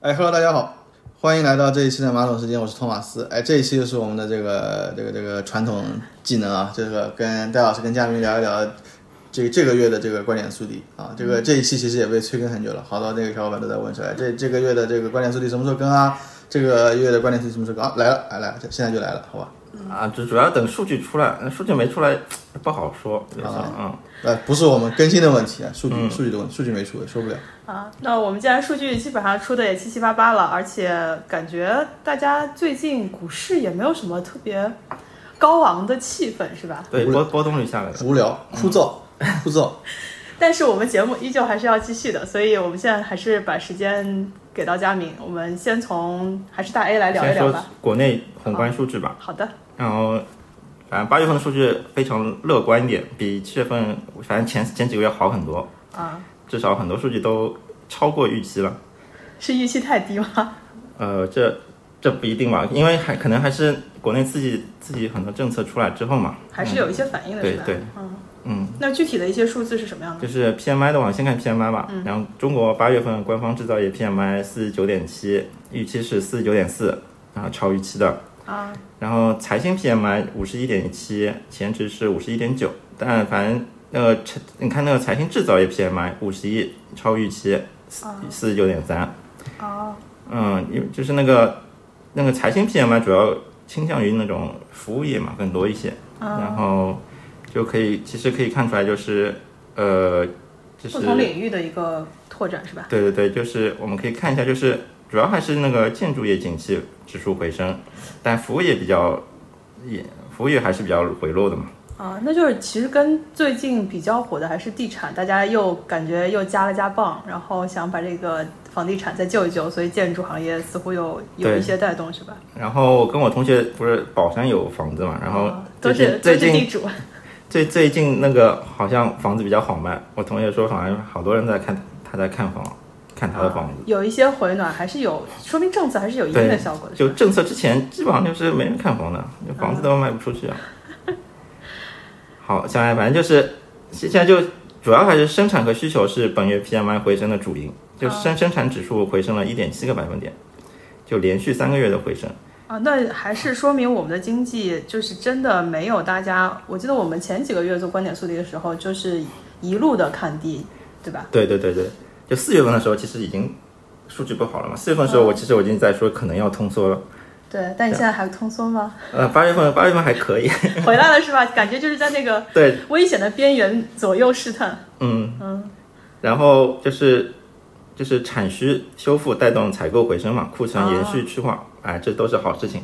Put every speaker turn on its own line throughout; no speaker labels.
哎，Hello，大家好，欢迎来到这一期的马桶时间，我是托马斯。哎，这一期就是我们的这个这个这个传统技能啊，这个跟戴老师跟嘉宾聊一聊这这个月的这个观点速递啊，这
嗯
个这一期其实也被催更很久了，好多那个小伙伴都在问出来，这这个月的这个观点速递什么时候更啊？这个月的观点速递什么时候更啊？来了，来了，现在就来了，好吧？
啊，主主要等数据出来，那数据没出来不好说，就是
哦
嗯，
呃，不是我们更新的问题啊，数据、数据的问题，数据没出，说不了。
啊，那我们既然数据基本上出的也七七八八了，而且感觉大家最近股市也没有什么特别高昂的气氛，是吧？
对，波波动率下来了，
无聊、枯燥、
嗯
枯燥。
但是我们节目依旧还是要继续的，所以我们现在还是把时间给到佳明，我们先从还是大 A 来聊一
先
聊
说
吧。
国内宏观数据吧，
好的，
然后反正八月份的数据非常乐观一点，比七月份反正前前几个月好很多，
啊，
至少很多数据都超过预期了。
是预期太低吗？
呃，这这不一定吧，因为还可能还是国内自己自己很多政策出来之后嘛，
还是有一些反应的，
对
是吧？
对
嗯
嗯。
那具体的一些数字是什么样的
就是 PMI 的话，先看 PMI 吧。
嗯
然后中国八月份官方制造业 PMI 四十九点七，预期是四十九点四，然后超预期的。
啊？
然后财新 PMI 五十一点七，前值是五十一点九，但反正那个成你看那个财新制造业 PMI 五十一，超预期四四十九点三。
啊哦，
嗯，因为就是那个那个财新 PMI 主要倾向于那种服务业嘛，更多一些。
啊
然后就可以其实可以看出来，就是呃，就是
不同领域的一个拓展是吧？
对对对，就是我们可以看一下，就是主要还是那个建筑业景气指数回升，但服务业比较也服务业还是比较回落的嘛。
啊，那就是其实跟最近比较火的还是地产，大家又感觉又加了加磅，然后想把这个房地产再救一救，所以建筑行业似乎又有
对
一些带动，是吧？
然后我跟我同学不是宝山有房子嘛，然后
啊
最
都
近、
是都
最
是地
近
主，啊
最最近那个好像房子比较好卖，我同学说好像好多人在看他在看房，看
啊
他的房子。
有一些回暖，还是有，说明政策还是有一定
对
的效果的，
就是
吧？
政策之前基本上就是没人看房的，就房子都卖不出去啊。 好，下来反正就是现在就主要还是生产和需求是本月 PMI 回升的主因，就生生产指数回升了一点七个百分点，就连续三个月的回升。
啊，那还是说明我们的经济就是真的没有大家，我记得我们前几个月做观点速递的时候，就是一路的看低，对吧？
对对对对，就四月份的时候其实已经数据不好了嘛，四月份的时候我其实我已经在说可能要通缩了，
对，但你现在还通缩吗？
呃，八月份八月份还可以，
回来了是吧？感觉就是在那个
对，
危险的边缘左右试探。
嗯，然后就是就是产需修复带动采购回升嘛，库
哦
存延续去化，哎，这都是好事情。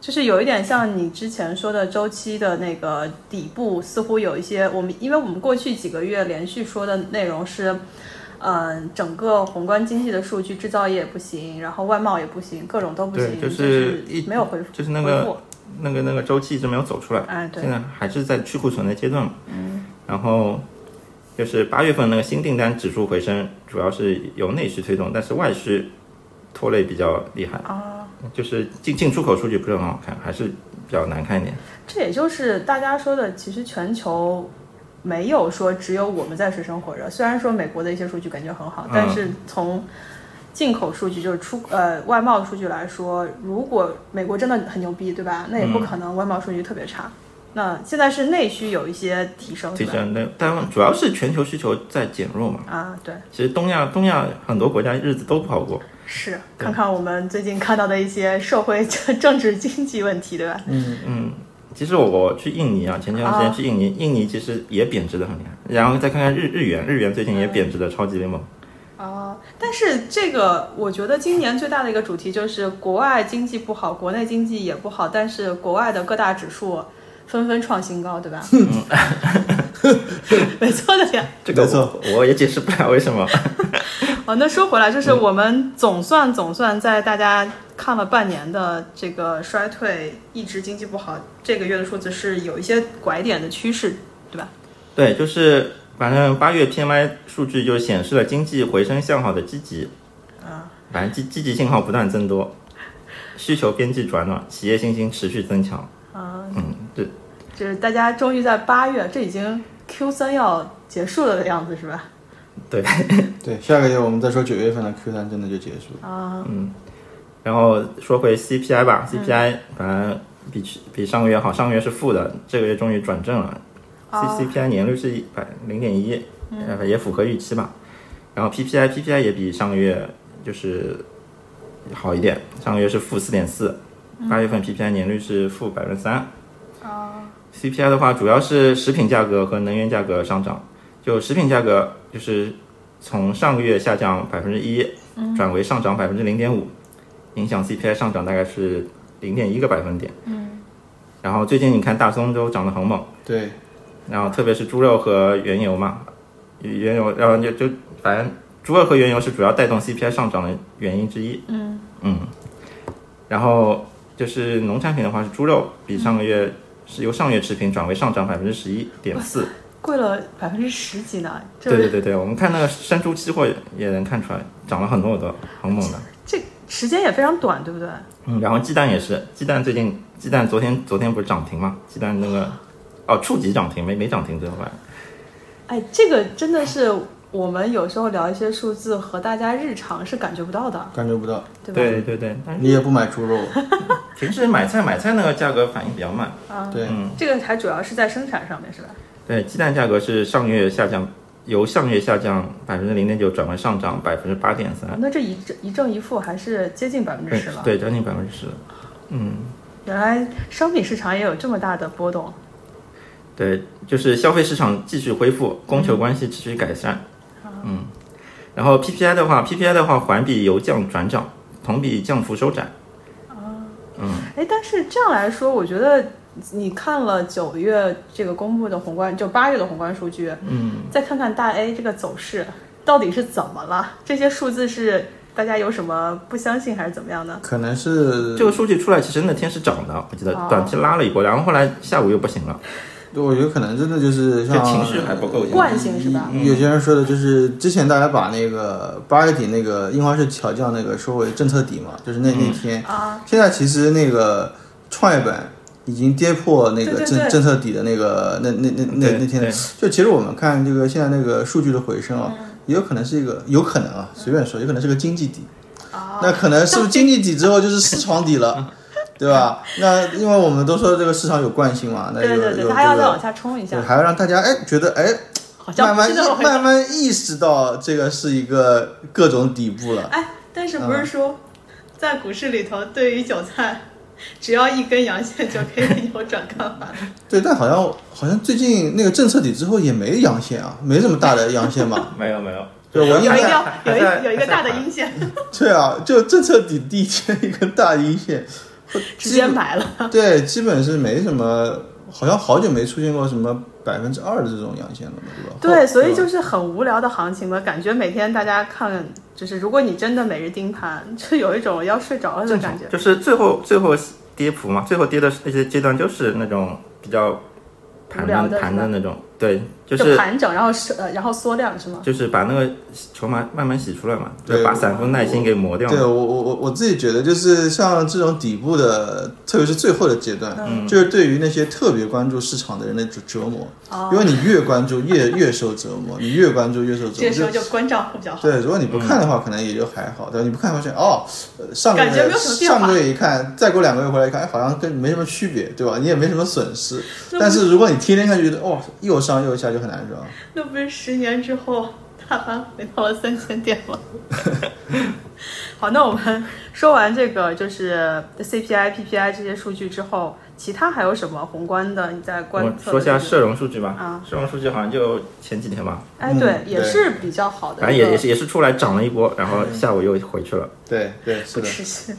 就是有一点像你之前说的周期的那个底部，似乎有一些我们，因为我们过去几个月连续说的内容是，嗯、整个宏观经济的数据，制造业也不行，然后外贸也不行，各种都不
对
行，，
就
就是
一
没有恢复，
就是那个
恢复
那个那个周期一直没有走出来，
哎对
现在还是在去库存的阶段嘛。嗯，然后就是八月份那个新订单指数回升，主要是由内需推动，但是外需拖累比较厉害。
啊，
就是进进出口数据不是很好看，还是比较难看一点。
这也就是大家说的，其实全球。没有说只有我们在水深火热，虽然说美国的一些数据感觉很好，但是从进口数据，就是出呃外贸数据来说，如果美国真的很牛逼，对吧？那也不可能外贸数据特别差。那现在是内需有一些提升，
提
是吧
升，嗯但但主要是全球需求在减弱嘛。
啊，对，
其实东亚东亚很多国家日子都不好过，
是看看我们最近看到的一些社会、政治、经济问题，对吧？
其实我我去印尼啊，前段时间去印尼，印尼其实也贬值的很厉害。然后再看看日日元，日元最近也贬值的超级猛。
啊，但是这个我觉得今年最大的一个主题就是国外经济不好，国内经济也不好，但是国外的各大指数纷纷创新高，对吧？ 没错的呀。
这个
没错
我我也解释不了为什么。
哦，那说回来，就是我们总算总算在大家看了半年的这个衰退，一直经济不好，这个月的数字是有一些拐点的趋势，对吧？
对，就是反正八月 PMI 数据就显示了经济回升向好的积极，啊，反正积积极信号不断增多，需求边际转暖，企业信心持续增强。
啊，
嗯，对
就是大家终于在八月，这已经 Q 三要结束了的样子，是吧？
对，下个月我们再说九月份的 Q 三真的就结束了。
啊，
然后说回 CPI 吧，CPI 反正比去比上个月好，上个月是负的，这个月终于转正了。C CPI 年率是一百零点一，呃，也符合预期吧。然后 PPI PPI 也比上个月就是好一点，上个月是负四点四，八月份 PPI 年率是负百分之三。CPI 的话，主要是食品价格和能源价格上涨。就食品价格就是从上个月下降百分之一，转为上涨百分之零点五，影响 CPI 上涨大概是零点一个百分点。嗯。然后最近你看大宗都涨得很猛，
对，
然后特别是猪肉和原油嘛，原油，然后就就反正猪肉和原油是主要带动 CPI 上涨的原因之一。嗯然后就是农产品的话是猪肉，比上个月、是由上月持平转为上涨百分之十一点四。
贵了百分之十几呢，就
对对
是
对对，我们看那个生猪期货也也能看出来，涨了很多很多，很猛的。
这时间也非常短，对不对？
嗯，然后鸡蛋也是，鸡蛋最近鸡蛋昨天昨天不是涨停嘛？鸡蛋那个哦触及涨停没没涨停最后吧？
哎，这个真的是我们有时候聊一些数字和大家日常是感觉不到的，
感觉不到，
对吧？
对对对，
嗯
但是
你也不买猪 肉，
平时买菜买菜那个价格反应比较慢。
对，
这个还主要是在生产上面，是吧？
对，鸡蛋价格是上月下降，由上月下降百分之零点九转为上涨百分之八点三，
那这一正一正一负还是接近百分之
对
十了。
嗯对，将近百分之十。
原来商品市场也有这么大的波动。
对，就是消费市场继续恢复，供
嗯
求关系持续改善。嗯，然后 PPI 的话，PPI 的话环比由降转涨，同比降幅收窄。
哎，但是这样来说，我觉得你看了九月这个公布的宏观，就八月的宏观数据，嗯，再看看大 A 这个走势到底是怎么了？这些数字是大家有什么不相信还是怎么样呢？
可能是
这个数据出来，其实那天是涨的，我记得
哦
短期拉了一波，然后后来下午又不行了。
我觉得可能真的就是像
这情绪还不够嗯
惯性是吧？
有些人说的就是之前大家把那个八月底那个印花税调降那个说为政策底嘛，就是
嗯
那那天，
啊
现在其实那个创业板已经跌破那个
对对
政
对
政策底的那个那那那那
对
那天的
对，。
就其实我们看这个现在那个数据的回升啊，
嗯
也有可能是一个有可能啊，随便说，有可能是个经济底，
哦
那可能是不是经济底之后就是市场底 了，对吧？那因为我们都说这个市场有惯性嘛，那有
对对
有
对，
这
它还要再
个
往。下冲一
对
下，
还要让大家哎觉得哎
好像
慢
不
慢
是
意
那么回事。
慢慢意识到这个是一个各种底部了。
哎，但是不
嗯
是说、在股市里头，对于韭菜，只要一根阳线就可以扭转看 法？
对，但好像好像最近那个政策底之后也没阳线啊，没这么大的阳线 嘛
没有没有，
对我应
有一
该
条有一有一个大的阴线，
对啊，就政策底第一天一根大阴 线，
直接埋了。
对，基本是没什么，好像好久没出现过什么百分之二的这种阳线了嘛，对吧？
对，所以
对吧
就是很无聊的行情嘛，感觉每天大家看，就是如果你真的每日盯盘，就有一种要睡着了的感觉。
就是最后最后跌幅嘛，最后跌的那些阶段就是那种比较盘
无聊
的
的
盘
是吧
的那种，对，就
就是盘整，然后是呃，然后缩量是吗？
就是把那个筹码慢慢洗出来嘛，
对
就把散户耐心给磨掉嘛。
对我我我我自己觉得，就是像这种底部的，特别是最后的阶段，就是对于那些特别关注市场的人的折折磨，
哦
因为你越关注越越受折磨，你越关注越受折磨。
这个时候
就
就关账户比较好。
对，如果你不看的话，可能也就还好，对吧？你不看发现哦，呃上个
感觉
月
没有什么变化
上个月一看，再过两个月回来一看，哎，好像跟没什么区别，对吧？你也没什么损失。
那不
但是如果你天天看，就觉得哇、又上又下，就很难受。
那不是十年之后大盘回到了三千点吗？ 好，那我们说完这个就是 CPI、PPI 这些数据之后，其他还有什么宏观的你在观
我
测的？
说一下社融数据吧，
啊
社融数据好像就前几天吧，
哎，
嗯
对，也
对
是比较好的一个，嗯
反正也也是也是出来涨了一波，然后下午又回去了。
对对，是的。
持续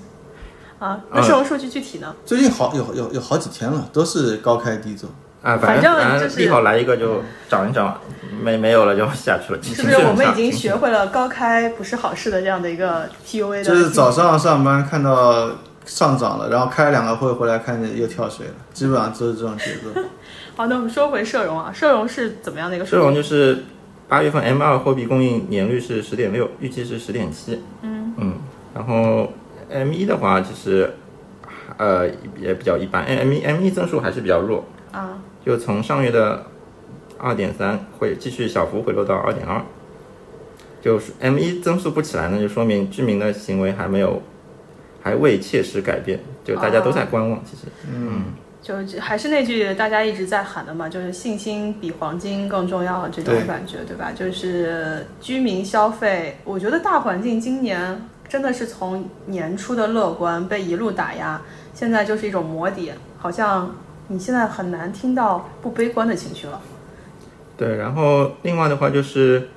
嗯
啊。那社融数据具体呢？
最近好有有有好几天了，都是高开低走。
啊，
反
反
正
正
就是
利好来一个就涨一涨，没没有了就下去了。
是
是
不是我们已经学会了高开不是好事的这样的一个 PUA 的？
就是早上上班看到上涨了，然后开了两个会回来看见又跳水了，基本上都是这种节奏。
好，那我们说回社融啊，社融是怎么样的一个数
社
据？
融就是八月份 M 二货币供应年率是十点六，预期是十点七。嗯然后 M 一的话就是呃也比较一般，M 一 M 一增速还是比较弱啊，就从上月的二点三会继续小幅回落到二点二。就是 M 一增速不起来呢，就说明居民的行为还没有，还未切实改变，就大家都在观望。其实，嗯，
就还是那句大家一直在喊的嘛，就是信心比黄金更重要这种
对
感觉，对吧？就是居民消费，我觉得大环境今年真的是从年初的乐观被一路打压，现在就是一种磨底，好像你现在很难听到不悲观的情绪了。
对。然后另外的话就是，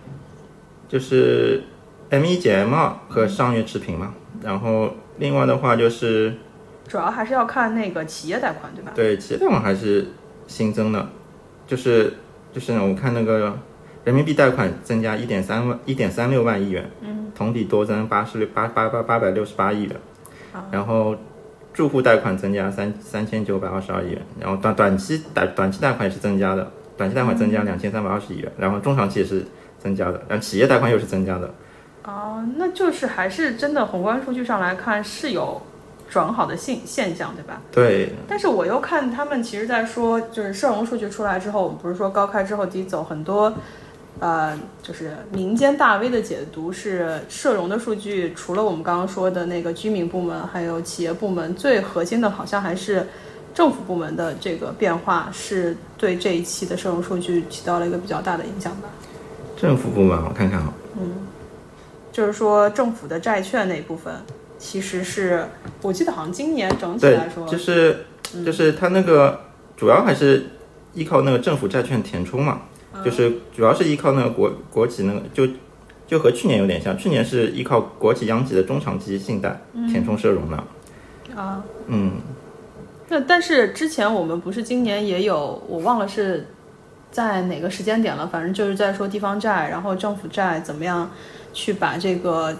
就是 M 一减 M 二和上月持平嘛。然后另外的话就是，
主要还是要看那个企业贷款，对吧？
对，企业贷款还是新增的，就是就是呢，我看那个人民币贷款增加一点三万一点三六万亿元，嗯，同比多增八十六八八八八百六十八亿元，然后住户贷款增加三三千九百二十二亿元，然后短短期贷短期贷款也是增加的，短期贷款增加两千三百二十亿元，然后中长期也是增加的，然后企业贷款又是增加的，
哦，那就是还是真的宏观数据上来看是有转好的现现象，对吧？
对，
但是我又看他们其实在说，就是社融数据出来之后，我们不是说高开之后低走，很多呃，就是民间大 V 的解读是社融的数据，除了我们刚刚说的那个居民部门，还有企业部门，最核心的好像还是政府部门的这个变化，是对这一期的社融数据起到了一个比较大的影响吧。
政府部门我看看啊，
就是说政府的债券那一部分，其实是我记得好像今年整体
对
来说，，嗯
就是就是它那个主要还是依靠那个政府债券填充嘛，
嗯
就是主要是依靠那个国国企那个就就和去年有点像，去年是依靠国企央企的中长期信贷
嗯
填充社融的，
啊，
嗯，
那但是之前我们不是今年也有，我忘了是在哪个时间点了，反正就是在说地方债，然后政府债怎么样去把这个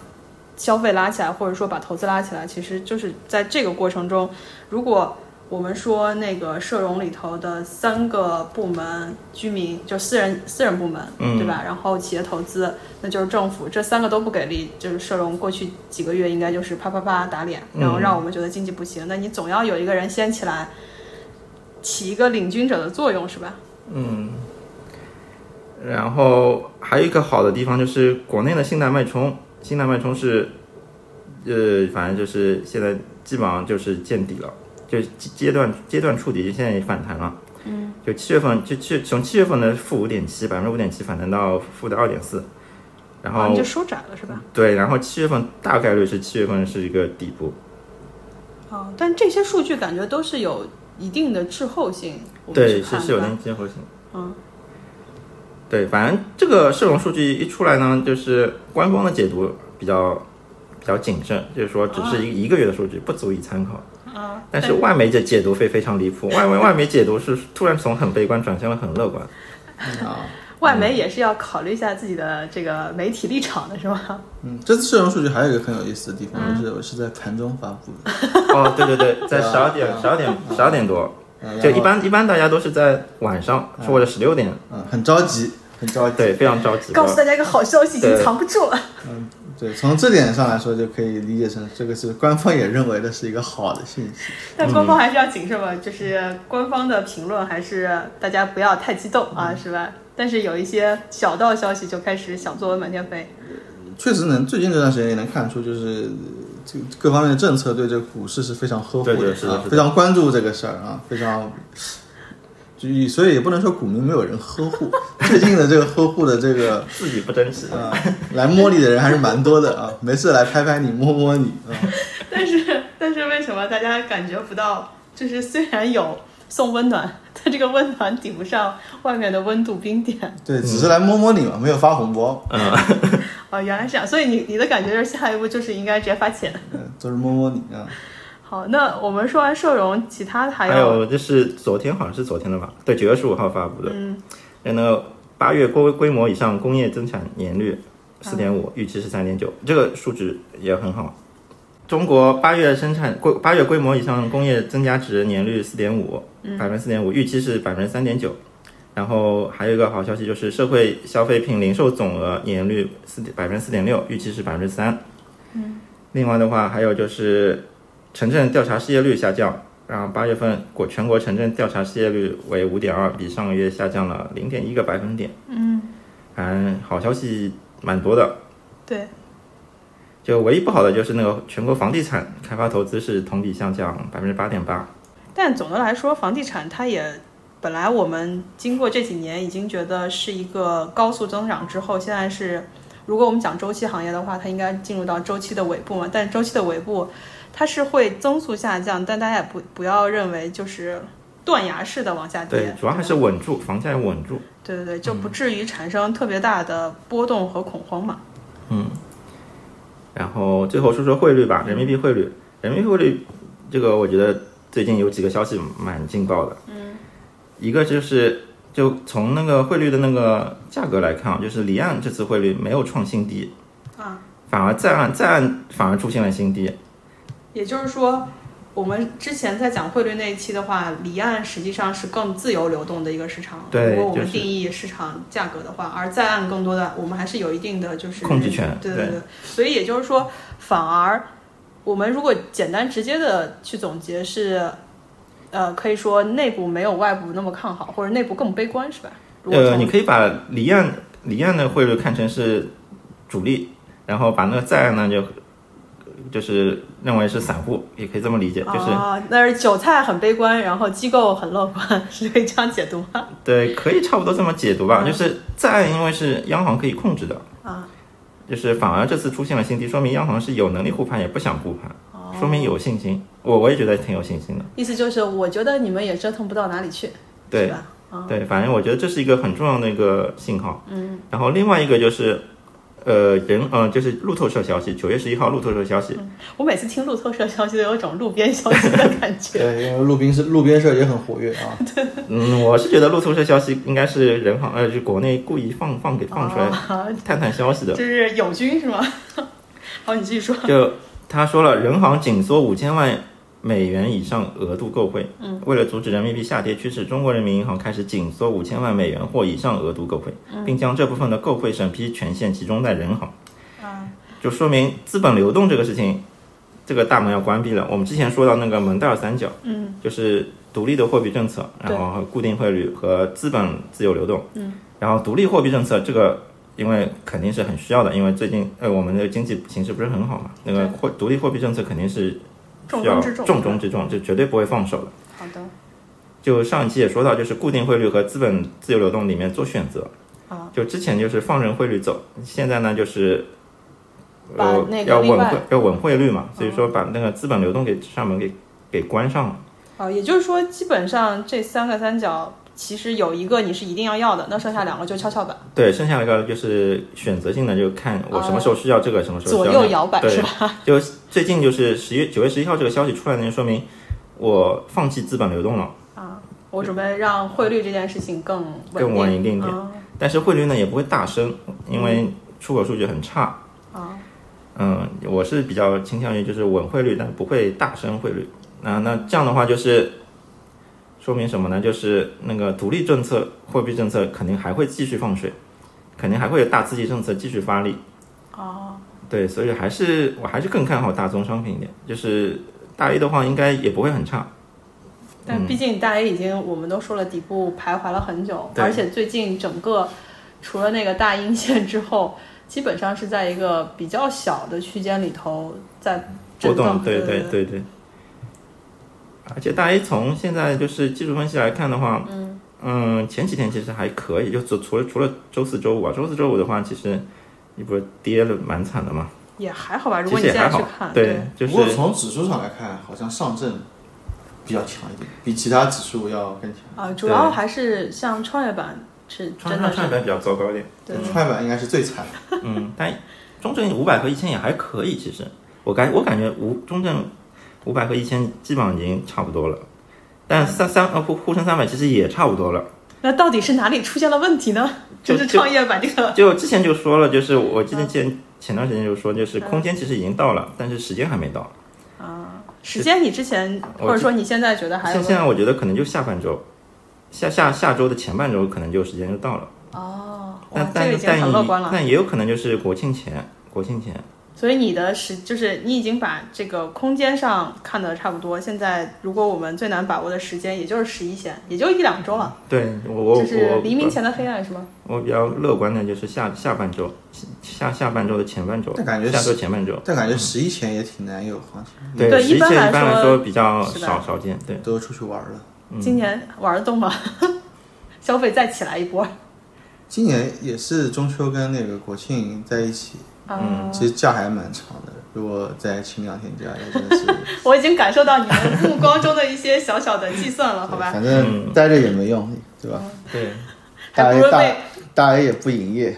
消费拉起来，或者说把投资拉起来，其实就是在这个过程中，如果我们说那个社融里头的三个部门，居民就私人私人部门，
嗯
对吧？然后企业投资，那就是政府，这三个都不给力，就是社融过去几个月应该就是啪啪啪打脸，然后
嗯
让我们觉得经济不行。那你总要有一个人先起来，起一个领军者的作用，是吧？
然后还有一个好的地方就是国内的信贷脉冲，信贷脉冲是，呃，反正就是现在基本上就是见底了，就阶阶段阶段触底，现在也反弹了。嗯，就七月份就去从七月份的负五点七百分之五点七反弹到负的二点四，然
啊，
后
你就收窄了，是吧？
对，然后七月份大概率是七月份是一个底部，
啊，但这些数据感觉都是有一定的滞后性，我们
对，
去
是
看
是有
吧
连接核心。
嗯。
对，反正这个社融数据一出来呢，就是官方的解读比较比较谨慎，就是说只
嗯
是一一个月的数据，不足以参考。
啊，
但是外媒的解读非非常离谱，外媒外媒解读是突然从很悲观转向了很乐观。
啊，
外
嗯
媒也是要考虑一下自己的这个媒体立场的，是吧？
嗯，这次社融数据还有一个很有意思的地方，就是我是在盘中发布的，
哦，对对对，在
对啊
十二点十二点十二点多，
嗯
就
然后
一般一般大家都是在晚上或者十六点，
嗯，很着急，很着急。
对，非常着 急。
告诉大家一个好消息，已经
对
藏不住了。
对，从这点上来说，就可以理解成这个是官方也认为的是一个好的信息。
但官方还是要谨慎吧，就是官方的评论还是大家不要太激动啊，是吧？但是有一些小道消息就开始小作文满天飞。
确实能，最近这段时间也能看出，就是呃这各方面的政策对这个股市是非常呵护
对对是的
啊
是，的
非常关注这个事儿啊，非常。就所以也不能说股民没有人呵护， 最近的这个呵护的这个
自己不珍惜，
啊，来摸你的人还是蛮多的啊， 没事来拍拍你，摸摸你啊，
但是， 但是为什么大家感觉不到？就是虽然有送温暖，但这个温暖抵不上外面的温度冰点
对，只是来摸摸你嘛，没有发红包，
嗯，
啊、原来是这样，所以你你的感觉就是下一步就是应该直接发钱。
嗯，都是摸摸你 啊，
好，那我们说完社融，其他还有
还有就是昨天好像是昨天的吧？对，九月十五号发布的。嗯。那个八月规规模以上工业增产年率四点五，预期是三点九，这个数值也很好。中国八月生产规八月规模以上工业增加值年率四点五，百分之四点五，预期是百分之三点九。然后还有一个好消息就是社会消费品零售总额年率四百分之四点六，预期是百分之三。嗯。另外的话，还有就是城镇调查失业率下降，然后八月份国全国城镇调查失业率为五点二，比上个月下降了零点一个百分点。嗯，反正好消息蛮多的。
对，
就唯一不好的就是那个全国房地产开发投资是同比下降百分之八点八，
但总的来说，房地产它也本来我们经过这几年已经觉得是一个高速增长之后，现在是如果我们讲周期行业的话，它应该进入到周期的尾部嘛。但周期的尾部它是会增速下降，但大家也不不要认为就是断崖式的往下跌，
啊对，主要还是嗯稳住，房价要稳住。
对对对，就不至于产生特别大的波动和恐慌嘛。
然后最后说说汇率吧，人民币汇率，人民币汇率这个我觉得最近有几个消息蛮劲爆的。嗯，一个就是就从那个汇率的那个价格来看啊，就是离岸这次汇率没有创新低，
啊，
反而在岸在岸反而出现了新低。
也就是说，我们之前在讲汇率那一期的话，离岸实际上是更自由流动的一个市场。
对
如果我们
就是
定义市场价格的话，而在岸更多的我们还是有一定的就是
控制权
对
对
对。所以也就是说，反而我们如果简单直接的去总结是，呃，可以说内部没有外部那么看好，或者内部更悲观，是吧？如果
呃，
从
你可以把离岸离岸的汇率看成是主力，然后把那个在岸呢就就是认为是散户，也可以这么理解，就是、
啊，那是韭菜很悲观，然后机构很乐观， 是可以这样解读吗？
对，可以差不多这么解读吧。
嗯
就是在岸因为是央行可以控制的，
啊，
就是反而这次出现了新低，说明央行是有能力护盘，也不想护盘，
哦
说明有信心。我我也觉得挺有信心的。
意思就是，我觉得你们也折腾不到哪里去，
对
是吧？啊，
对，反正我觉得这是一个很重要的一个信号。嗯。然后另外一个就是，呃，人呃，就是路透社消息，九月十一号路透社消息，
我每次听路透社消息都有一种路边消息的感 觉。
对，因为路边是路边社也很活跃啊。
嗯，我是觉得路透社消息应该是人行呃，就国内故意放放给放出来
啊，
探探消息的
就。是友军是吗？ 好，你继续说。
就他说了，人行紧缩五千万美元以上额度购汇。嗯，为了阻止人民币下跌趋势，中国人民银行开始紧缩五千万美元或以上额度购汇，并将这部分的购汇审批权限集中在人行。就说明资本流动这个事情，这个大门要关闭了。我们之前说到那个门德尔三角，嗯，就是独立的货币政策，
对
然后和固定汇率和资本自由流动，嗯，然后独立货币政策这个，因为肯定是很需要的，因为最近呃我们的经济形势不是很好嘛，那个
对
货独立货币政策肯定是
重
需要
中之重。
重中之呃重，就绝对不会放手的。
好的，
就上一期也说到，就是固定汇率和资本自由流动里面做选择。
啊，
就之前就是放任汇率走，现在呢就是，
把
呃
那，个
要
另
稳
外啊
汇要稳汇率嘛，所以说把那个资本流动给这扇门给给关上了。
啊，也就是说，基本上这三个三角其实有一个你是一定要要的，那剩下两个就跷跷板，
对，剩下一个就是选择性的，就看我什么时候需要这个，什么时候
啊左
需要
右
那个。
摇摆
对
是吧？
就最近就是十月九月十一号这个消息出来呢，就说明我放弃资本流动了，
我准备让汇率这件事情更稳定嗯
更稳定一点。
啊
但是汇率呢也不会大升，因为出口数据很差。
啊，
嗯，我是比较倾向于就是稳汇率，但不会大升汇率。那那这样的话就是说明什么呢？就是那个独立政策、货币政策肯定还会继续放水，肯定还会有大刺激政策继续发力。
哦，
对，所以还是我还是更看好大宗商品一点。就是大 A 的话，应该也不会很差。嗯
但毕竟大 A 已经，我们都说了底部徘徊了很久，
对
而且最近整个除了那个大阴线之后，基本上是在一个比较小的区间里头在
波
震
动，
荡。
对
对
对对。而且大 A 从现在就是技术分析来看的话，嗯前几天其实还可以，就除除了除了周四周五啊，周四周五的话，其实你不是跌了蛮惨的嘛，
也还好啊吧。如
其
果
实
你
也
现在
还
去
好，
看，
对，就
不过
是
从指数上来看，好像上证比较强一点，比其他指数要更强。
啊，主要还是像创业板是
川
真
上
的
创业
是
板比较糟糕一点，
对
创业板应该是最惨的。
嗯，但中证五百和一千也还可以，其实我感我感觉五中证五百和一千基本上已经差不多了，但三三呃沪沪深三百其实也差不多了。
那到底是哪里出现了问题呢？
就
就是创业板这 个
就之前就说了，就是我记得前前段时间就说，就是空间其实已经到了，但是时间还没到。
时间，你之前
我
或者说你现在觉得还
像
有
现在我觉得可能就下半周，下下下周的前半周可能就时间就到了，
哦，哇
但，
这
但
个已经
但
很乐观了。
但也有可能就是国庆前，国庆前
所以你的时就是你已经把这个空间上看的差不多。现在如果我们最难把握的时间，也就是十一线，也就一两周了，
对我嗯我
嗯就是
我
黎明前的黑暗，是吗？
我比较乐观的就是下下半周，下下半周的前半周，
但感觉
下周
是
前半周，
但感觉十一前也挺难有行情，
对
十
一
一线
般来
一般来
说
比较
是的
少少见，对，
都出去玩了。
嗯
今年玩得动吗？消费再起来一波。
今年也是中秋跟那个国庆在一起，
嗯，
其实假还蛮长的。如果再请两天假，也真的 是，
我已经感受到你们目光中的一些小小的计算了，好 吧？
反正待着也没用，对吧？
对，
大
还不
A
如
大
为
大 A 也不营业，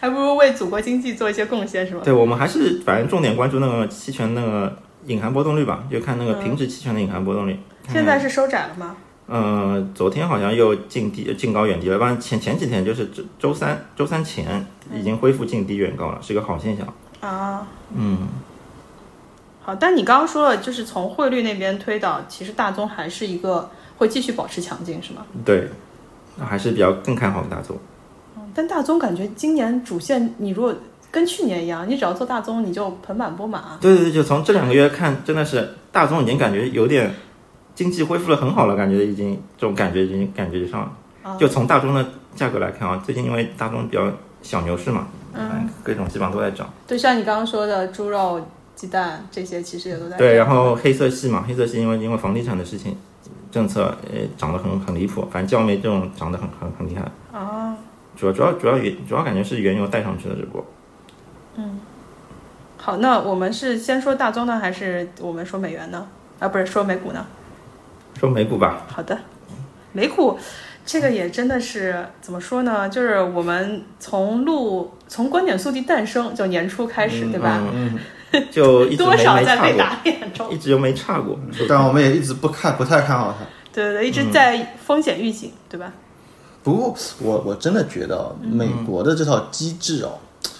还不如为祖国经济做一些贡献，是吗？
对，我们还是反正重点关注那个期权那个隐含波动率吧，就看那个平值期权的隐含波动率。
现在是收窄了吗？
嗯，昨天好像又近低近高远低了，不然前前几天就是周周三周三前已经恢复近低远高了，是个好现象。
啊，
嗯，
好，但你刚刚说了，就是从汇率那边推导，其实大宗还是一个会继续保持强劲，是吗？
对，还是比较更看好大宗。
嗯但大宗感觉今年主线，你如果跟去年一样，你只要做大宗，你就盆满啊钵满。
对对对，就从这两个月看，真的是大宗已经感觉有点经济恢复了很好了，感觉已经这种感觉已经感觉上了。就从大宗的价格来看啊，最近因为大宗比较小牛市嘛，嗯，各种基本上都在涨。
对，像你刚刚说的猪肉、鸡蛋这些，其实也都在涨
对，然后黑色系嘛，黑色系因为因为房地产的事情政策呃涨得很很离谱，反正焦煤这种涨得很很很厉害。
啊，
主要主要主要原主要感觉是原油带上去的这波。
好，那我们是先说大宗呢，还是我们说美元呢？啊，不是说美股呢？
说美 股吧，
好的，美股这个也真的是怎么说呢？就是我们从录从观点速递诞生就年初开始，对吧？
嗯，
就一直
多
没
少
没
在
差
被
过，
打脸中，
一直就没差过。
但我们也一直不看，不太看好它。
对对对，一
嗯
直在风险预警，对吧？
不过我我真的觉得哦
嗯
美国的这套机制哦，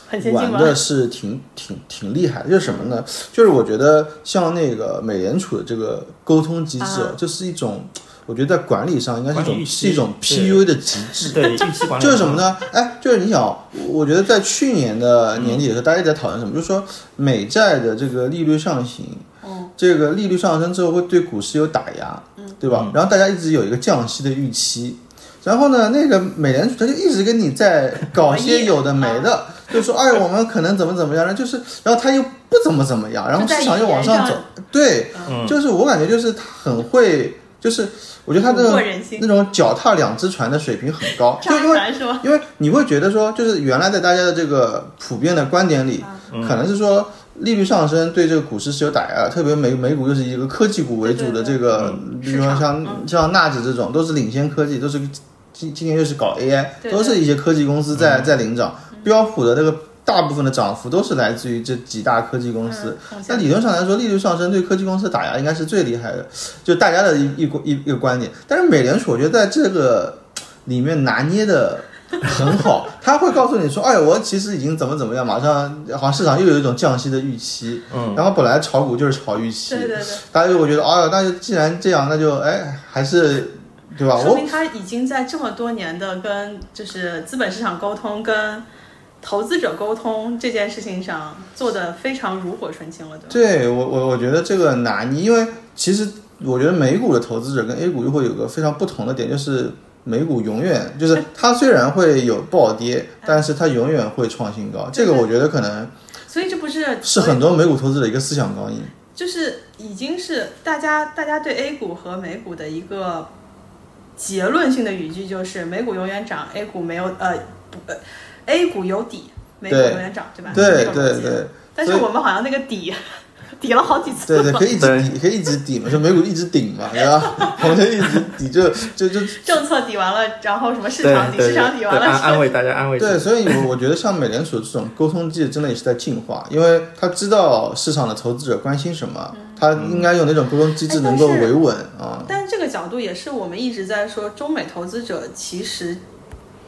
很先进
玩
吗？
的是挺挺挺厉害的，就是什么呢？就是我觉得像那个美联储的这个沟通机制哦，
啊
就是一种，我觉得在管理上应该是一
管理预
种
期
是一种 PU
对
a 的极致。
对，预期管理
就是什么呢？哎，就是你想，我我觉得在去年的年底的时候，大家一直在讨论什么，就是说美债的这个利率上行，
嗯
这个利率上升之后会对股市有打压，对吧？然后大家一直有一个降息的预期，然后呢，那个美联储他就一直跟你在搞些有的没的，
嗯
就说哎，我们可能怎么怎么样，然后就是，然后他又不怎么怎么样，然后
就在
市场又往上
语言
走
上，
对，就是我感觉就是他很会，就是我觉得他这
蛊惑
种
人心
那种脚踏两只船的水平很高，就
渣
因为
男是吗？
因为你会觉得说，就是原来在大家的这个普遍的观点里，
嗯
可能是说利率上升对这个股市是有打压的，特别美美股又是一个科技股为主的
对对对嗯
这个，比如说
市
像、像纳指这种都是领先科技，都是今今年又是搞 AI，
对对嗯
都是一些科技公司在在领涨，标普的这个大部分的涨幅都是来自于这几大科技公司。
嗯
那理论上来说，利率上升对科技公司的打压应该是最厉害的，就大家的一一一一个观点。但是美联储，我觉得在这个里面拿捏的很好，他会告诉你说，哎，我其实已经怎么怎么样，马上好像市场又有一种降息的预期，嗯，然后本来炒股就是炒预期，
对对对，
大家就会觉得，哎呦，那就既然这样，那就哎还是对吧？
说
我
明他已经在这么多年的跟就是资本市场沟通、跟投资者沟通这件事情上做的非常炉火纯青了，对吧？
对我我我觉得这个拿捏，因为其实我觉得美股的投资者跟 A 股又会有个非常不同的点，就是美股永远就是它虽然会有暴跌，
嗯
但是它永远会创新高。这个我觉得可能
所以这不是
是很多美股投资者的一个思想高印。
就是已经是大家大家对 A 股和美股的一个结论性的语句，就是美股永远涨，A 股没有呃不呃 A 股有底，美股
对
永远涨，对吧？
对
是这种逻
对
辑
对
但是
所以
我们好像那个底 底了好几次
对对，
了
可以一直抵，可以一直抵嘛，就美股一直顶嘛，对 吧？我们就一直抵，就就就
政策抵完了，然后什么市
对
场底，
对
市
对
场底完
对安
了，
安慰大家安慰自己
对，所以我我觉得像美联储这种沟通机制真的也是在进化，因为他知道市场的投资者关心什么，他应该用那种沟通机制
嗯哎
能够
但是
维稳
哦
啊。
但这个角度也是我们一直在说，中美投资者其实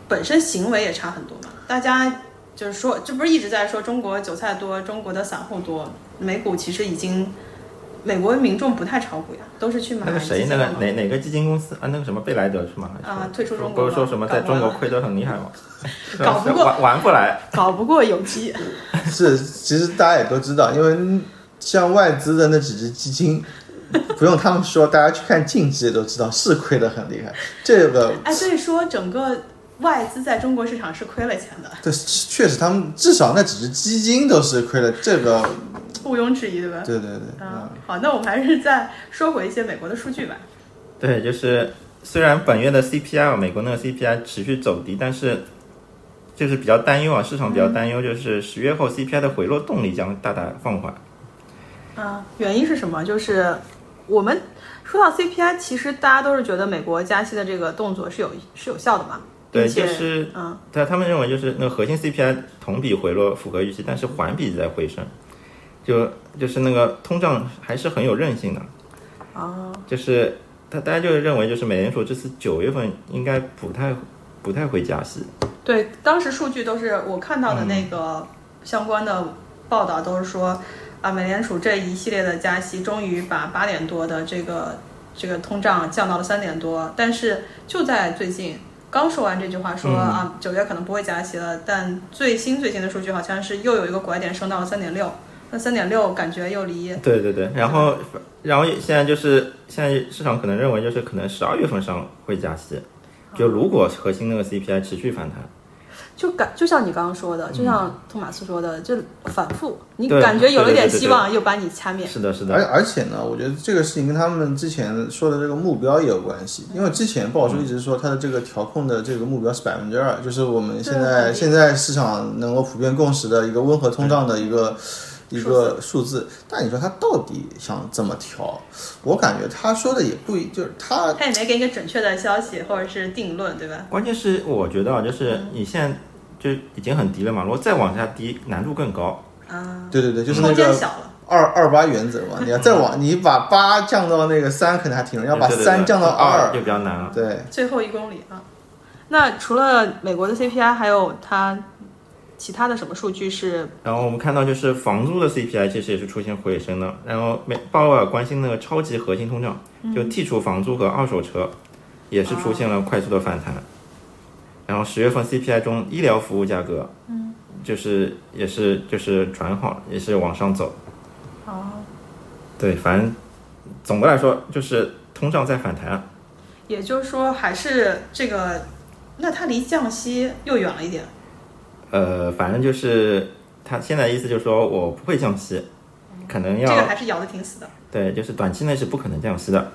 本身行为也差很多嘛。大家就是说，这不是一直在说中国韭菜多，中国的散户多，美股其实已经美国民众不太炒股呀，都是去买
那个谁，
基
那
金
个
嘛
哪哪个基金公司啊？那个什么贝莱德是吗？还是
啊退出中国
不是说
了
什么
搞
在
不
中国
完
亏得很厉害吗？是吧
搞不过
玩玩不来。
搞不过有机，
是，其实大家也都知道，因为像外资的那几只基金，不用他们说，大家去看净值也都知道是亏得很厉害。这个
哎，所以说整个外资在中国市场是亏了钱的，
这确实，他们至少那几只基金都是亏了。这个，
毋庸置疑，对吧？
对对对，嗯，，
啊好，那我们还是再说回一些美国的数据吧。
对，就是虽然本月的 CPI 啊美国那个 CPI 持续走低，但是就是比较担忧啊，市场
嗯
比较担忧，就是十月后 CPI 的回落动力将大大放缓。
啊，原因是什么？就是我们说到 CPI，其实大家都是觉得美国加息的这个动作是有是有效的嘛？
对，
并且
就是
嗯，
对啊他们认为就是那个核心 CPI 同比回落符合预期，但是环比在回升，就就是那个通胀还是很有韧性的。
啊，
就是他大家就认为就是美联储这次九月份应该不太不太会加息。
对，当时数据都是我看到的
嗯
那个相关的报道，都是说啊，美联储这一系列的加息，终于把八点多的这个这个通胀降到了三点多，但是就在最近。刚说完这句话说，
嗯
啊九月可能不会加息了，但最新最新的数据好像是又有一个拐点升到了三点六，那三点六感觉又离
对对对，然后然后现在就是现在市场可能认为就是可能十二月份上会加息，就如果核心那个 CPI 持续反弹，
就感就像你刚刚说的，就像托马斯说的，就反复，你
嗯对
感觉有了
对对
点
对对
希望，又把你掐灭。
是的，是
而
的，
而且呢，我觉得这个事情跟他们之前说的这个目标也有关系，因为之前鲍叔一直说他的这个调控的这个目标是百分之二，就是我们现在
对
现在市场能够普遍共识的一个温和通胀的一个。一个数字，但你说他到底想怎么调？我感觉他说的也不一，就是他
他也没给一个准确的消息或者是定论，对吧？
关键是我觉得啊，就是你现在就已经很低了嘛，如果再往下低，难度更高。
啊，
对对对，就是那
空间
个
小了，
二二八原则嘛。你要再往，你把八降到那个三，可能还挺容易；要把
对对对
三降到
二
二
就，比较难了。
对，
最后一公里啊。那除了美国的 CPI，还有它其他的什么数据是？
然后我们看到就是房租的 CPI 其实也是出现回升的。然后美鲍威尔关心那个超级核心通胀，
嗯
就剔除房租和二手车，也是出现了快速的反弹。然后十月份 CPI 中医疗服务价格，嗯，就是也是就是转好，也是往上走。
哦，
对，反正总的来说就是通胀在反弹。
也就是说还是这个，那它离降息又远了一点。
呃，反正就是他现在意思就是说我不会降息，可能
这
要、
个还是咬得挺死的。
对，就是短期内是不可能降息的。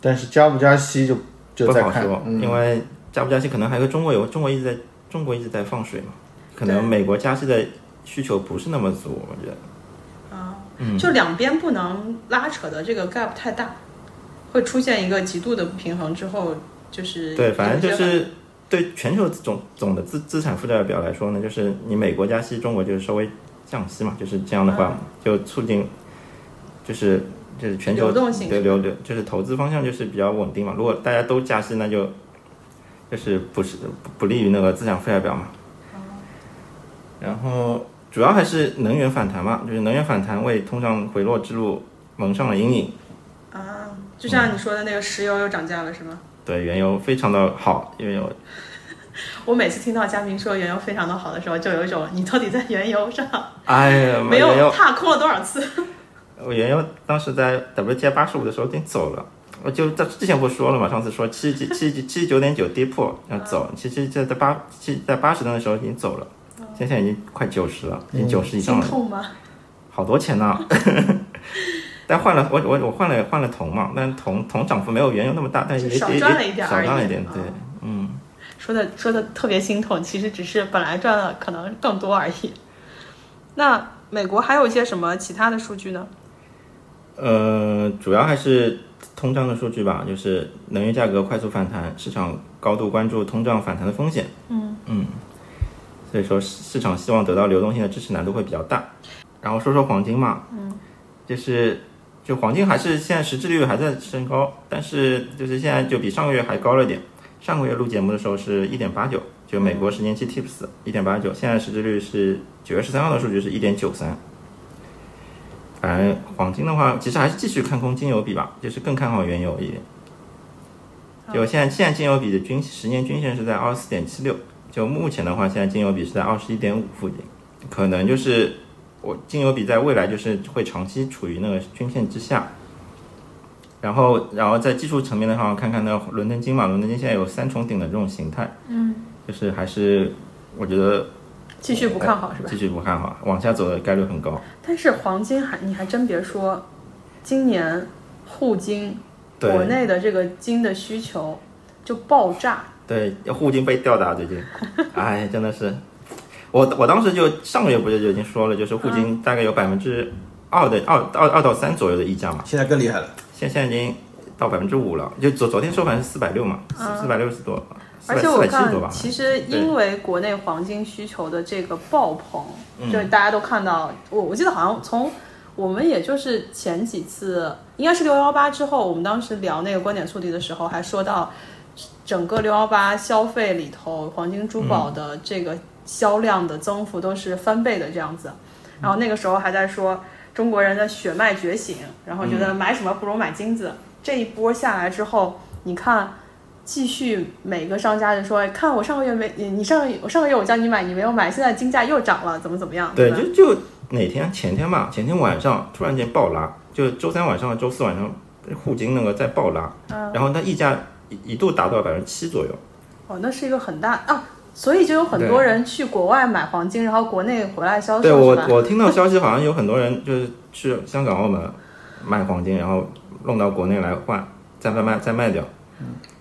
但是加不加息就就
不
再
好
看
说，，
嗯
因为加不加息可能还有中国有中国一直在中国一直在放水嘛，可能
对
美国加息的需求不是那么足，我觉得。嗯
就两边不能拉扯的这个 gap 太大，会出现一个极度的不平衡之后，就是
对，反正就
有一些
是对全球总总的资资产负债表来说呢，就是你美国加息，中国就是稍微降息嘛，就是这样的
嗯
话、就促进，就是就是全球
流动性
对流流就是投资方向就是比较稳定嘛。如果大家都加息，那就就是不是不不利于那个资产负债表嘛。
哦
然后主要还是能源反弹嘛，就是能源反弹为通胀回落之路蒙上了阴影。
啊，
嗯
就像你说的那个石油又涨价了是吗？
对，原油非常的好，因为有
我每次听到嘉宾说原油非常的好的时候，就有一种你到底在原油上
哎呀，
没
原油
有踏空了多少次？
我原油当时在 WTI 八十五的时候点走了，我就在之前不是说了嘛，上次说七七七七十九点九跌破要
嗯
走，其实在在八七在八十的时候已经走了，现在已经快九十了，已经九十以上
心
了，
痛吗？
好多钱呢。 但换了我我我换了换了铜嘛，但铜铜涨幅没有原油那么大，但也
就少
也也
赚了一点
少
而已
赚了一点，
啊
对，嗯，
说的说的特别心痛，其实只是本来赚的可能更多而已。那美国还有一些什么其他的数据呢？
呃，主要还是通胀的数据吧，就是能源价格快速反弹，市场高度关注通胀反弹的风险。
嗯
嗯，所以说市市场希望得到流动性的支持难度会比较大。然后说说黄金嘛，嗯，就是就黄金还是现在实质利率还在升高，但是就是现在就比上个月还高了一点。上个月录节目的时候是一点八九，就美国十年期 TIPS 一点八九，现在实质率是九月十三号的数据是一点九三。反正哎黄金的话，其实还是继续看空金油比吧，就是更看好原油一点。就现在现在金油比的均十年均线是在二十四点七六，就目前的话，现在金油比是在二十一点五附近，可能就是我金油比在未来就是会长期处于那个均线之下。然后，然后在技术层面的话，我看看那伦敦金嘛，伦敦金现在有三重顶的这种形态，
嗯，
就是还是我觉得
继续不看好是吧
继？续不看好，往下走的概率很高。
但是黄金还你还真别说，今年沪金
对
国内的这个金的需求就爆炸，
对，沪金被吊 打最近，哎，真的是，我我当时就上个月不是就已经说了，就是沪
嗯
金大概有百分之二的二二二到三左右的溢价嘛，
现在更厉害了，
现现在已经到百分之五了，就昨昨天收盘是四百六嘛，四四百六十多，
嗯
四
而
百
且
四
我
百七十多
看
吧，
其实因为国内黄金需求的这个爆棚，
嗯
就是大家都看到，我我记得好像从我们也就是前几次，应该是六幺八之后，我们当时聊那个观点速递的时候，还说到整个六幺八消费里头，黄金珠
嗯
宝的这个销量的增幅都是翻倍的这样子。然后那个时候还在说中国人的血脉觉醒，然后觉
嗯
得买什么不如买金子。这一波下来之后，你看，继续每个商家就说，哎看我上个月没你，你上个月我上个月我叫你买，你没有买，现在金价又涨了，怎么怎么样？
对，
吧
就就哪天前天吧，前天晚上突然间暴拉，就周三晚上、周四晚上沪金那个在暴拉，
嗯
然后它溢价一一度达到百分之七左右，
哦，那是一个很大啊，所以就有很多
对
人去国外买黄金，然后国内回来销售，
对我
是吧？
我听到消息，好像有很多人就是去香港、澳门卖黄金，然后弄到国内来换，再卖卖再卖掉。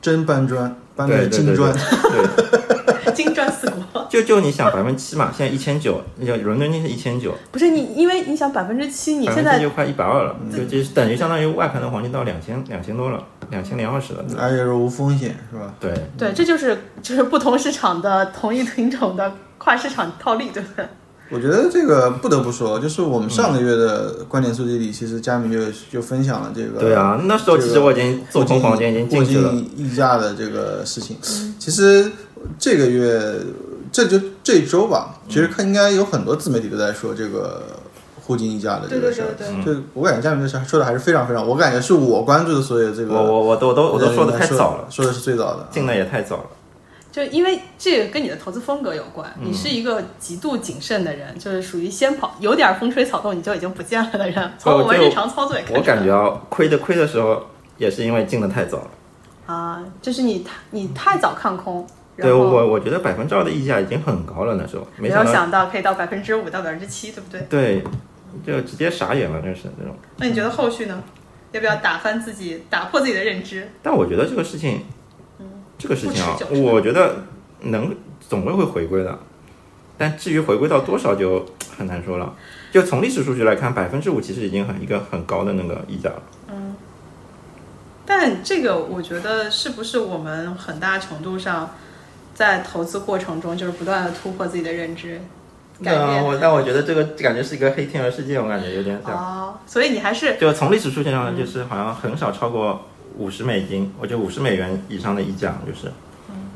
真搬砖，搬的
对
是
对对
金砖，
对，
金砖四国，
就就你想百分之七嘛，现在一千九，就伦敦金是一千九，
不是你，因为你想百分之七，你
百
现
分之
在
就快一百二了，就就是等于相当于外盘的黄金到两千两千多了，两千零二十了。
而且是无风险，是吧？
对，
对，这就是就是不同市场的同一品种的跨市场套利，对不对？
我觉得这个不得不说，就是我们
嗯
上个月的观点数据里，其实佳明就就分享了这个，
对啊，那时候其实我已经做空黄金已经进去了，
溢价的这个事情，
嗯
其实这个月这就这一周吧，其实
嗯
看应该有很多自媒体都在说这个沪金溢价的这个事儿。
对
嗯
就我感觉佳明这事儿说的还是非常非常，我感觉是我关注的所有这个，
我我我都我都我都说的太
人
早了，，
说的是最早的。
进的也太早了。
就因为这个跟你的投资风格有关，
嗯
你是一个极度谨慎的人，就是属于先跑，有点风吹草动你就已经不见了的人。从我们
就
日常操作也看出来
呃我感觉啊，亏的亏的时候也是因为进的太早了。
啊，就是你太你太早看空，然
对
后
我，我觉得百分之二的溢价已经很高了，那时候
没
没
有
到，
想到可以到百分之五到百分之七，对不对？
对，就直接傻眼了，就是那种。
那你觉得后续呢？要不要打翻自己，打破自己的认知？
但我觉得这个事情，这个事情啊
嗯不持，久
我觉得能总归会回归的，但至于回归到多少就很难说了。就从历史数据来看，百分之五其实已经很一个很高的那个溢价了。
但这个我觉得是不是我们很大程度上在投资过程中就是不断的突破自己的认知，改
那
变
啊呃我但我觉得这个感觉是一个黑天鹅事件，我感觉有点像。
哦，所以你还是
就从历史数据上，就是好像很少超过五十美金，我觉得五十美元以上的溢价，就是，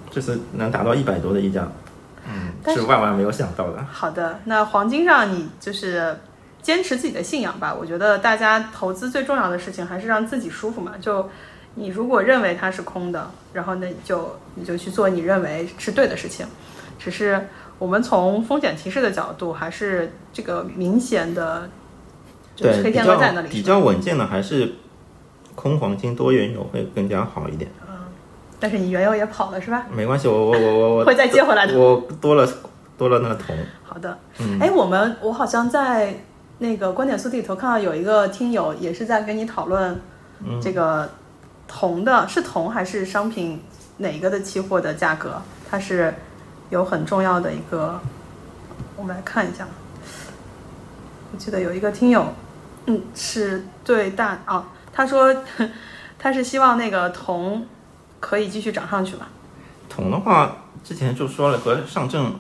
这次能达到一百多的溢价，嗯，
但
是万万没有想到的。
好的，那黄金上你就是坚持自己的信仰吧。我觉得大家投资最重要的事情还是让自己舒服嘛。就你如果认为它是空的，然后那你就你就去做你认为是对的事情。只是我们从风险提示的角度，还是这个明显的就是
对，
黑
比
天鹅在那
较
里。
比较稳健的还是空黄金多原油会更加好一点。
但是你原油也跑了是吧？
没关系，我我我我我
会再接回来的
我多了多了那个铜，
好的，哎，我们我好像在那个观点速递里头看到有一个听友也是在跟你讨论这个铜的，是铜还是商品哪一个的期货的价格？它是有很重要的一个，我们来看一下。我记得有一个听友，嗯，是对大啊，他说 他是希望那个铜可以继续涨上去嘛。
铜的话，之前就说了和上证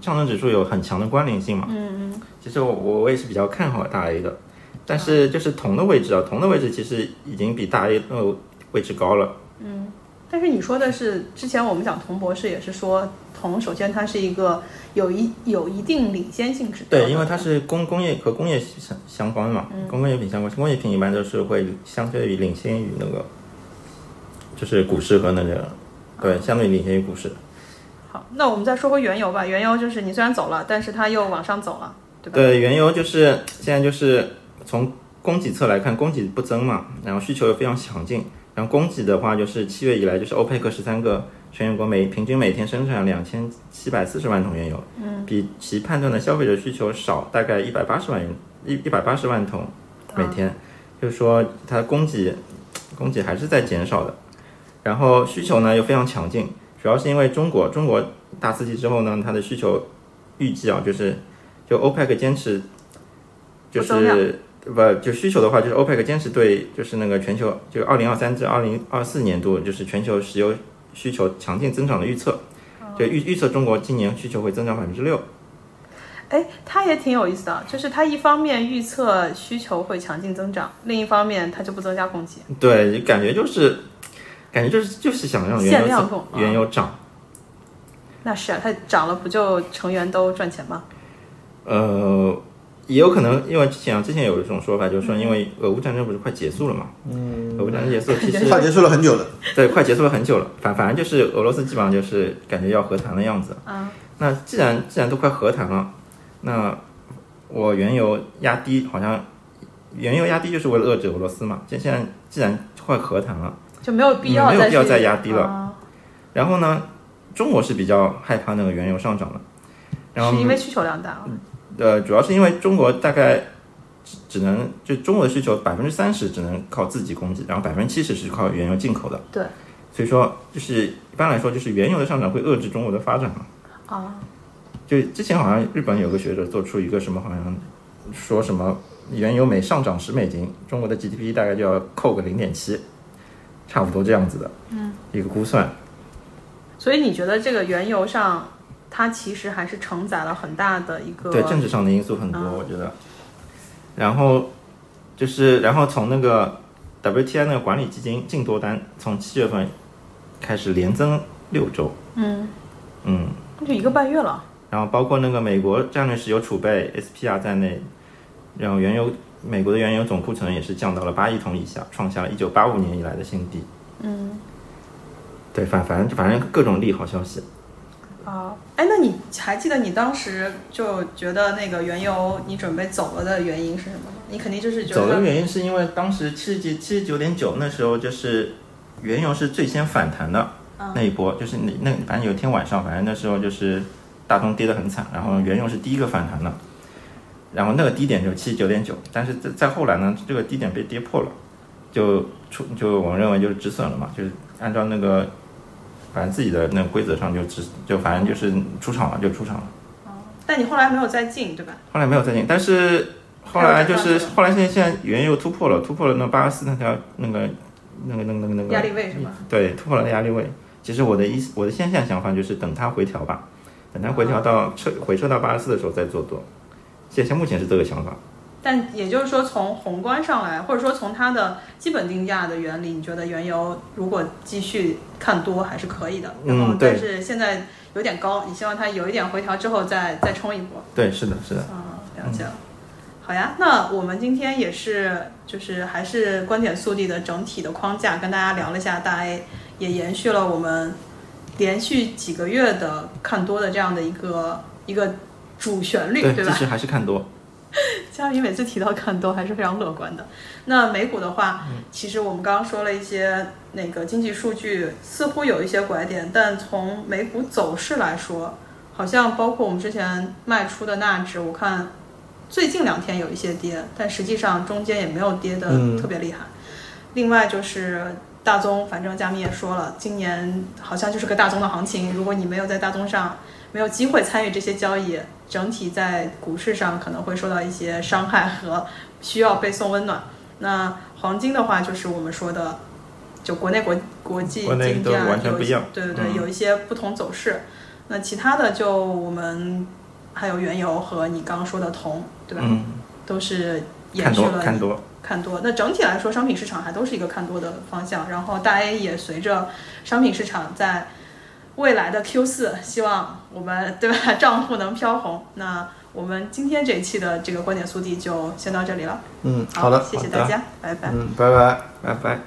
上证指数有很强的关联性嘛。嗯嗯。其实我我我也是比较看好大 A 的，但是就是铜的位置啊，铜的位置其实已经比大 A 那个位置高了。嗯。
但是你说的是，之前我们讲铜博士也是说，铜首先它是一个有一有一定领先性指标的，
对，因为它是工工业和工业相相关嘛，跟工业品相关，工业品一般都是会相对于领先于那个，就是股市和那个，对，相对于领先于股市。
好，那我们再说回原油吧。原油就是你虽然走了，但是它又往上走了，对吧？
对，原油就是现在就是从供给侧来看，供给不增嘛，然后需求又非常强劲，然后供给的话就是七月以来就是欧佩克十三个成员国每平均每天生产两千七百四十万桶原油，嗯，比其判断的消费者需求少大概一百八十万一一百八十万桶
嗯
每天，就是说它供给供给还是在减少的，然后需求呢又非常强劲。主要是因为中国中国大刺激之后呢，它的需求预计啊，就是就 OPEC 坚持就
不增量
是不就需求的话，就是 OPEC 坚持对就是那个全球就二零二三至二零二四年度就是全球石油需求强劲增长的预测，
哦
就预预测中国今年需求会增长百分之六。
哎，它也挺有意思的，就是它一方面预测需求会强劲增长，另一方面它就不增加供给。
对，感觉就是感觉就是就是想让
限
原油
量
增
供
原油涨，
那是啊，它涨了不就成员都赚钱吗？
呃。也有可能，因为之前啊，之前有一种说法，就是说，因为俄乌战争不是快结束了嘛，嗯，俄乌战争结束，其实
快结束了很久了，
对，快结束了很久了，反反正就是俄罗斯基本上就是感觉要和谈的样子。
啊，
那既然既然都快和谈了，那我原油压低，好像原油压低就是为了遏制俄罗斯嘛。现现在既然快和谈了，
就没有必要
没有
再
必要
去
再压低了
啊
然后呢，中国是比较害怕那个原油上涨的，然后
是因为需求量大啊。
呃，主要是因为中国大概只只能就中国的需求百分之三十只能靠自己供给，然后百分之七十是靠原油进口的。
对，
所以说就是一般来说就是原油的上涨会遏制中国的发展嘛。
啊，
就之前好像日本有个学者做出一个什么，好像说什么原油每上涨十美金，中国的 GDP 大概就要扣个零点七，差不多这样子的，嗯，一个估算。
所以你觉得这个原油上，它其实还是承载了很大的一个
对政治上的因素很多，
嗯
我觉得。然后就是，然后从那个 WTI 那个管理基金净多单，从七月份开始连增六周，
嗯，
嗯，
那就一个半月了。
然后包括那个美国战略石油储备 SPR 在内，然后原油美国的原油总库存也是降到了八亿桶以下，创下了一九八五年以来的新低。
嗯，
对，反反正反正各种利好消息。
啊，哎，那你还记得你当时就觉得那个原油你准备走了的原因是什么吗？你肯定就是觉
走的
得
原因是因为当时七十几七十九点九那时候就是原油是最先反弹的
嗯
那一波，就是那那反正有一天晚上，反正那时候就是大宗跌得很惨，然后原油是第一个反弹的，然后那个低点就七十九点九，但是在再后来呢，这个低点被跌破了，就出就我们认为就是止损了嘛，就是按照那个反正自己的那个规则上就止就反正就是出场了就出场了。
但你后来没有再进，对吧？
后来没有再进，但是后来就是后来现在现在原油突破了，突破了那八十四那条那个那个那个那个那个嗯
压力位是吧？
对，突破了压力位。其实我的意思，我的现在想法就是等它回调吧，等它回
啊
调到撤回撤到八十四的时候再做多。现在目前是这个想法。
但也就是说，从宏观上来，或者说从它的基本定价的原理，你觉得原油如果继续看多还是可以的。
嗯
然后
对
但是现在有点高，你希望它有一点回调之后再再冲一波。
对，是的，是的。
啊，了解了。好呀，那我们今天也是，就是还是观点速递的整体的框架，跟大家聊了一下大 A，也延续了我们连续几个月的看多的这样的一个一个主旋律，对
其
吧？
实还是看多。
佳明每次提到看多还是非常乐观的。那美股的话，其实我们刚刚说了一些那个经济数据，似乎有一些拐点，但从美股走势来说，好像包括我们之前卖出的纳指，我看最近两天有一些跌，但实际上中间也没有跌的
嗯
特别厉害。另外就是大宗，反正佳明也说了，今年好像就是个大宗的行情，如果你没有在大宗上没有机会参与这些交易，整体在股市上可能会受到一些伤害和需要被送温暖。那黄金的话，就是我们说的，就国内国国际
国内
金
都
价
完全
有
不一样
对对对，
嗯
有一些不同走势。那其他的就我们还有原油和你刚刚说的铜，对吧？
嗯，
都是延
看
续
多
了
看多。
看多。那整体来说，商品市场还都是一个看多的方向。然后大 A 也随着商品市场在未来的 Q 四，希望我们对吧账户能飘红。那我们今天这一期的这个观点速递就先到这里了。
嗯，
好
的，
谢谢
好
大
的，
家，拜拜。
嗯，拜拜。
拜拜。